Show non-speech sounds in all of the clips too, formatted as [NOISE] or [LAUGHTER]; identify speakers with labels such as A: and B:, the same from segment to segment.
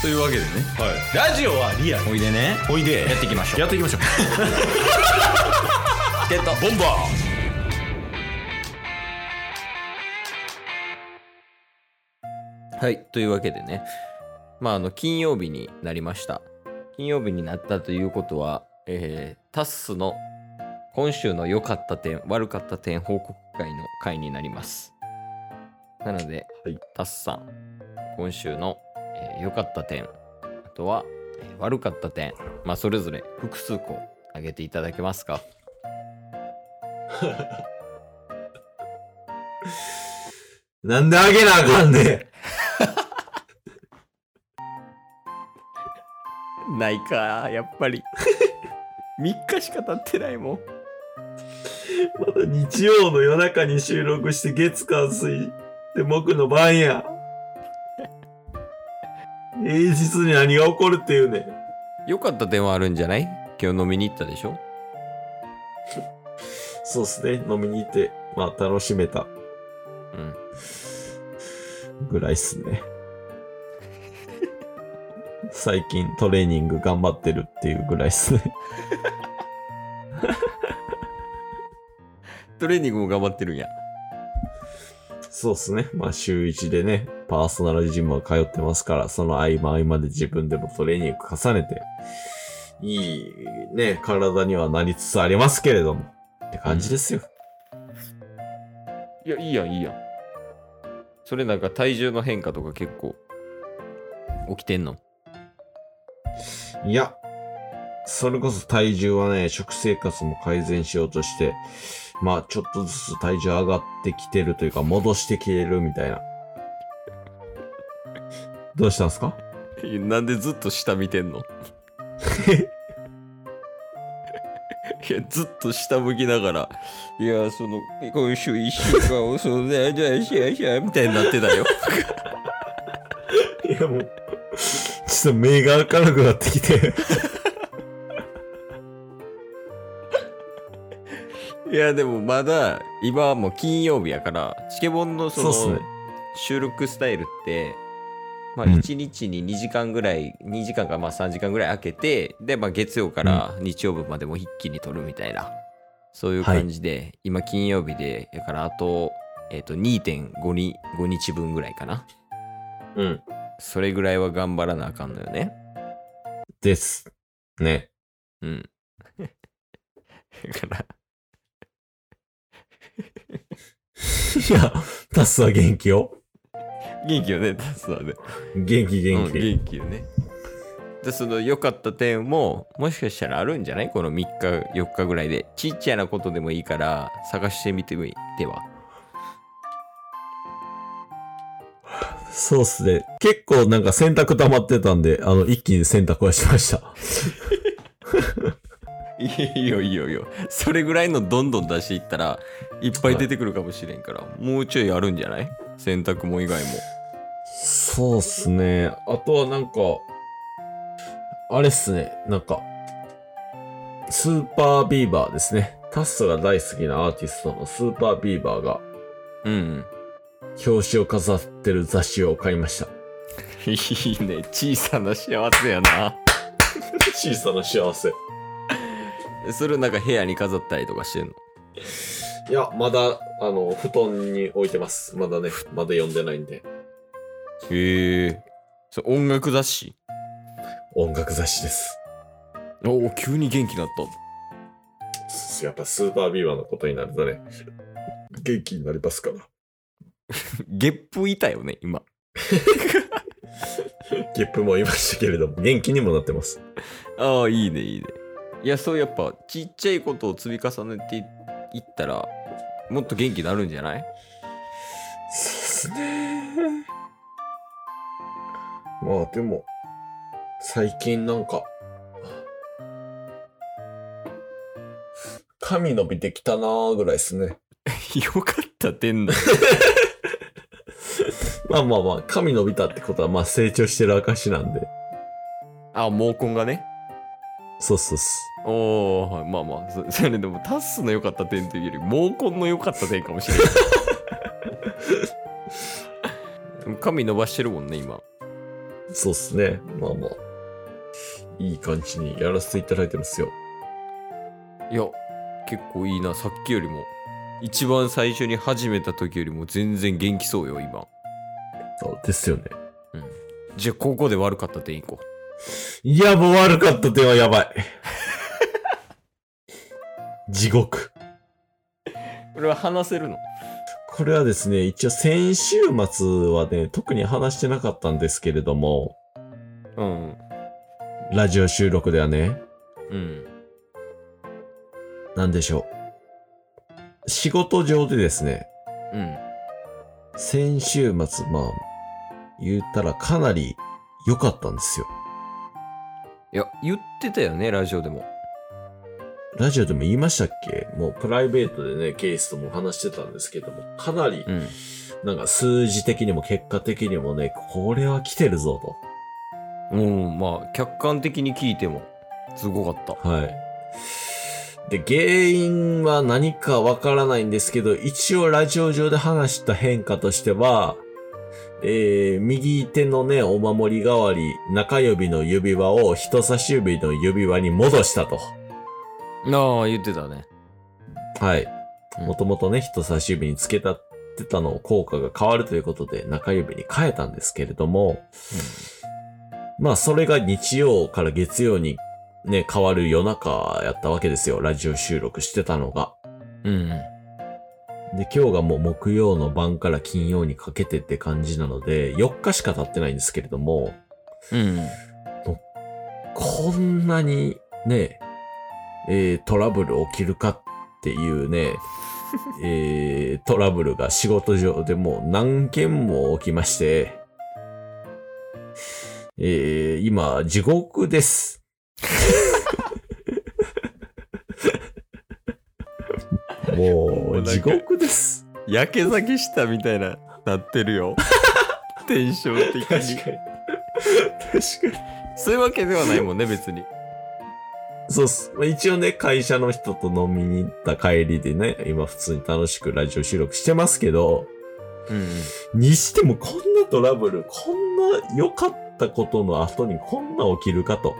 A: というわけでね
B: はい、ラジオはリアル
A: おいでね
B: おいで
A: やっていきましょう
B: やって
A: [LAUGHS]
B: いきましょう
A: ゲット
B: ボンバ
A: はいというわけでねまああの金曜日になりました金曜日になったということは、えー、タッスの今週の良かった点悪かった点報告会の会になりますなので、
B: はい
A: タッスさん今週のえー良、かった点あとは、えー悪かった点まあそれぞれ複数個挙げていただけますか
B: ーなんであげなあかんねん
A: ないかやっぱり [LAUGHS] 3日しか経ってないもん
B: まだ日曜の夜中に収録して月火水で木の晩や。平日に何が起こるっていうねん。
A: 良かった点はあるんじゃない今日飲みに行ったでしょ
B: そうっすね。飲みに行って、まあ楽しめた
A: うん
B: ぐらいっすね。最近トレーニング頑張ってるっていうぐらいっすね。
A: トレーニングも頑張ってるんや
B: そうっすね。まあ週1でね、パーソナルジムは通ってますから、その合間合間で自分でもトレーニング重ねて、いいね、体にはなりつつありますけれども、って感じですよ。
A: いやいいやんいいやんそれなんか体重の変化とか結構起きてんの
B: いや、それこそ体重はね、食生活も改善しようとして、まあちょっとずつ体重上がってきてるというか、戻してきてるみたいな。どうしたんすか
A: [LAUGHS] なんでずっと下見てんの [LAUGHS] いやずっと下向きながらいやその今週1週間をそんなじゃあしゃしゃみたいになってたよ
B: いやもう、 [LAUGHS] ちょっと目が明るくなってきて。
A: いやでもまだ今はもう金曜日やからチケボンのそ
B: そう
A: の
B: っすね。
A: 収録スタイルって、まあ、
B: うん
A: 1日に2時間ぐらい、2時間かまあ3時間ぐらい空けてで、まあ、月曜から日曜日までも一気に撮るみたいな、そういう感じで、今金曜日でだからあと,、えっと2.5に5日分ぐらいかな
B: うん。
A: それぐらいは頑張らなあかんのよね
B: です。ね。
A: うん [LAUGHS] だから
B: [LAUGHS] いや、タスは元気よ。
A: 元気よね達さんね
B: 元気元気。
A: うん元気よねでその良かった点ももしかしたらあるんじゃないこの3日4日ぐらいでちっちゃなことでもいいから探してみてみては
B: そうっすね。結構なんか洗濯溜まってたんで、あの、一気に洗濯はしました。
A: いいよいいよいいよそれぐらいのどんどん出していったらいっぱい出てくるかもしれんから、もうちょいあるんじゃない洗濯も以外も
B: そうっすね。あとはなんか、あれっすね。なんか、スーパービーバーですね。タスが大好きなアーティストのスーパービーバーが
A: うんうん
B: 表紙を飾ってる雑誌を買いました。
A: いいね小さな幸せやな
B: 小さな幸せ。
A: それをなんか部屋に飾ったりとかしてんの
B: いや、まだ、あの、布団に置いてます。まだね、まだ読んでないんで。
A: へえそれ音楽雑誌
B: 音楽雑誌です。
A: おお急に元気になった
B: やっぱスーパービーバーのことになるとね、元気になりますから。
A: ゲップいたよね、今。
B: ゲップも言いましたけれども、元気にもなってます。
A: ああ、いいね、いいね。いや、そうやっぱ、ちっちゃいことを積み重ねていったら、もっと元気になるんじゃない
B: そうっすね。まあでも、最近なんか、髪伸びてきたなーぐらいですね。
A: [LAUGHS] よかった、点だ。
B: まあまあまあ、髪伸びたってことはまあ成長してる証なんで。
A: [LAUGHS] あ、毛根がね。
B: そうそうす。
A: おお、はいまあまあ、そそれでも、タッスの良かった点というより、毛根の良かった点かもしれない。 [LAUGHS] でも髪伸ばしてるもんね、今。
B: そうっすね。まあまあ。いい感じにやらせていただいてますよ。
A: いや結構いいなさっきよりも一番最初に始めた時よりも全然元気そうよ今
B: そうですよね。
A: じゃあここで悪かった点いこう
B: いや、もう悪かった点はやばい。 [LAUGHS] 地獄。
A: これは話せるの
B: これはですね、一応先週末はね、特に話してなかったんですけれども、
A: うん
B: ラジオ収録ではね、
A: うん
B: なんでしょう。仕事上でですね、
A: うん
B: 先週末、まあ、言ったらかなり良かったんですよ。
A: いや言ってたよねラジオでも
B: ラジオでも言いましたっけもうプライベートでね、ケースとも話してたんですけども、かなり、
A: うん
B: なんか数字的にも結果的にもね、これは来てるぞと。
A: うんまあ客観的に聞いてもすごかった
B: はい。で、原因は何かわからないんですけど、一応ラジオ上で話した変化としては、えー、右手のね、お守り代わり、中指の指輪を人差し指の指輪に戻したと。
A: ああ言ってたね
B: はい。
A: うん
B: もともとね、人差し指につけたってたのを効果が変わるということで中指に変えたんですけれども、まあそれが日曜から月曜にね、変わる夜中やったわけですよ。ラジオ収録してたのが。
A: うん
B: で、今日がもう木曜の晩から金曜にかけてって感じなので、4日しか経ってないんですけれども、
A: うん
B: こんなにね、えートラブル起きるかっていうね、えートラブルが仕事上でもう何件も起きまして、えー今、地獄です。もう、地獄です。
A: やけ酒したみたいななってる [LAUGHS] よテンション的に
B: かに。確かに。
A: そういうわけではないもんね別に
B: そうっす。まあ一応ね、会社の人と飲みに行った帰りでね、今普通に楽しくラジオ収録してますけど、
A: うん
B: にしてもこんなトラブル、こんな良かったことの後にこんな起きるかと。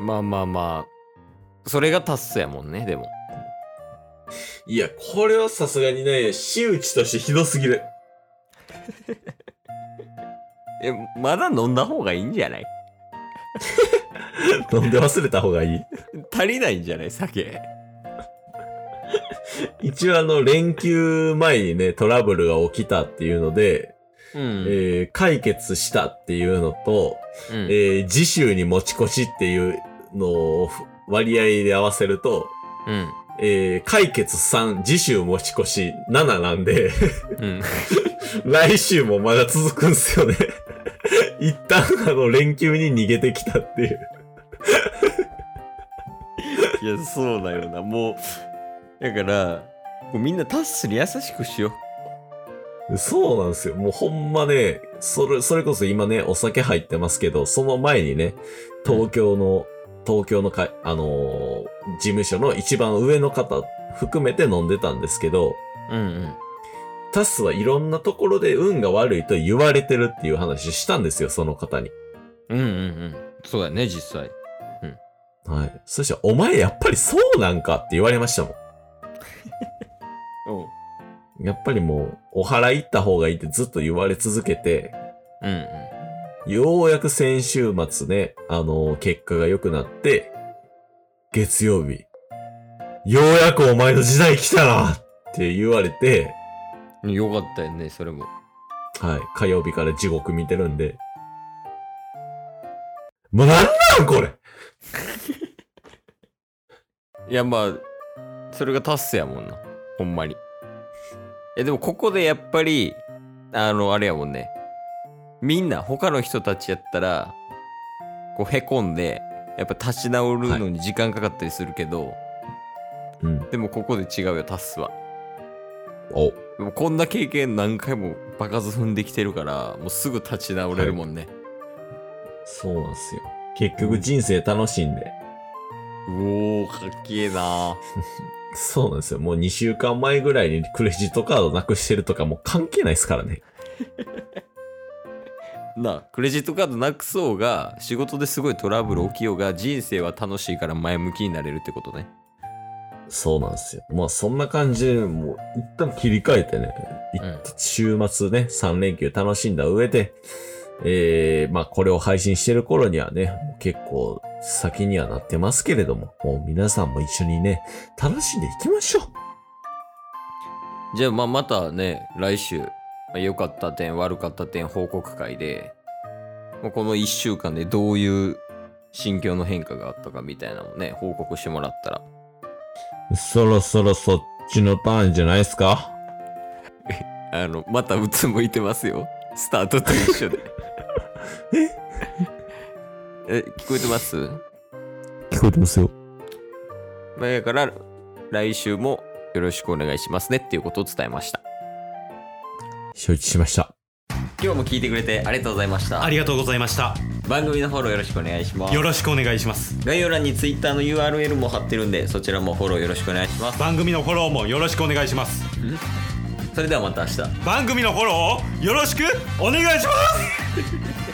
A: まあまあまあそれがタッスやもんねでも
B: いや、これはさすがにね、仕打ちとしてひどすぎる。
A: えまだ飲んだ方がいいんじゃない
B: 飲んで忘れた方がいい。 [LAUGHS]
A: 足りないんじゃない酒
B: 一応あの、連休前にね、トラブルが起きたっていうので、
A: うん、
B: えー解決したっていうのと、
A: うん
B: えー次週に持ち越しっていうのを割合で合わせると、
A: うん
B: えー解決3、次週持ち越し7なんで、
A: うん
B: 来週もまだ続くんすよね。一旦あの連休に逃げてきたっていう。
A: いやそうだよなもうだからこうみんなタッスに優しくしよ
B: そうなんですよ。もうほんまね、それ、それこそ今ね、お酒入ってますけど、その前にね、東京の、東京のか、あのー事務所の一番上の方含めて飲んでたんですけど、
A: ううん
B: タスはいろんなところで運が悪いと言われてるっていう話したんですよ、その方に。
A: うんうんうんうんそうだね実際
B: はい。そしたら、お前やっぱりそうなんかって言われましたも
A: うん
B: ん。やっぱりもう、お祓い行った方がいいってずっと言われ続けて、
A: うんうん
B: ようやく先週末ね、あのー結果が良くなって、月曜日、ようやくお前の時代来たなって言われて、
A: よかったよね、それも。
B: はい。火曜日から地獄見てるんで。もうなんなんこれ
A: いや、まあ、それがタッスやもんな。ほんまに。え、でもここでやっぱり、あの、あれやもんね。みんな、他の人たちやったら、こう、へこんで、やっぱ立ち直るのに時間かかったりするけど、
B: うん。
A: でもここで違うよ、タッスは。
B: お、
A: でもこんな経験何回も場数踏んできてるから、もうすぐ立ち直れるもんね。
B: そうなんすよ。結局人生楽しんで。
A: うおー、かっけえな
B: そうなんですよ。もう2週間前ぐらいにクレジットカードなくしてるとかもう関係ないですからね。
A: なあクレジットカードなくそうが仕事ですごいトラブル起きようが人生は楽しいから前向きになれるってことね
B: そうなんですよ。まあそんな感じで、もう一旦切り替えてね、一
A: うん
B: 週末ね、3連休楽しんだ上で、えー、まあこれを配信してる頃にはね、もう結構先にはなってますけれども、もう皆さんも一緒にね、楽しんでいきましょう
A: じゃあまあまたね来週まあ良かった点悪かった点報告会でまあこの1週間でどういう心境の変化があったかみたいなのもね報告してもらったら
B: そろそろそっちのターンじゃないですか
A: あのまたうつむいてますよスタートと一緒で [LAUGHS] え聞こえてます
B: 聞こえてますよ。
A: まあだから来週もよろしくお願いしますねっていうことを伝えました
B: 承知しました。
A: 今日も聞いてくれてありがとうございました
C: ありがとうございました
A: 番組のフォローよろしくお願いします
C: よろしくお願いします
A: 概要欄に Twitter の URL も貼ってるんでそちらもフォローよろしくお願いします
C: 番組のフォローもよろしくお願いします
A: それではまた明日
C: 番組のフォローをよろしくお願いします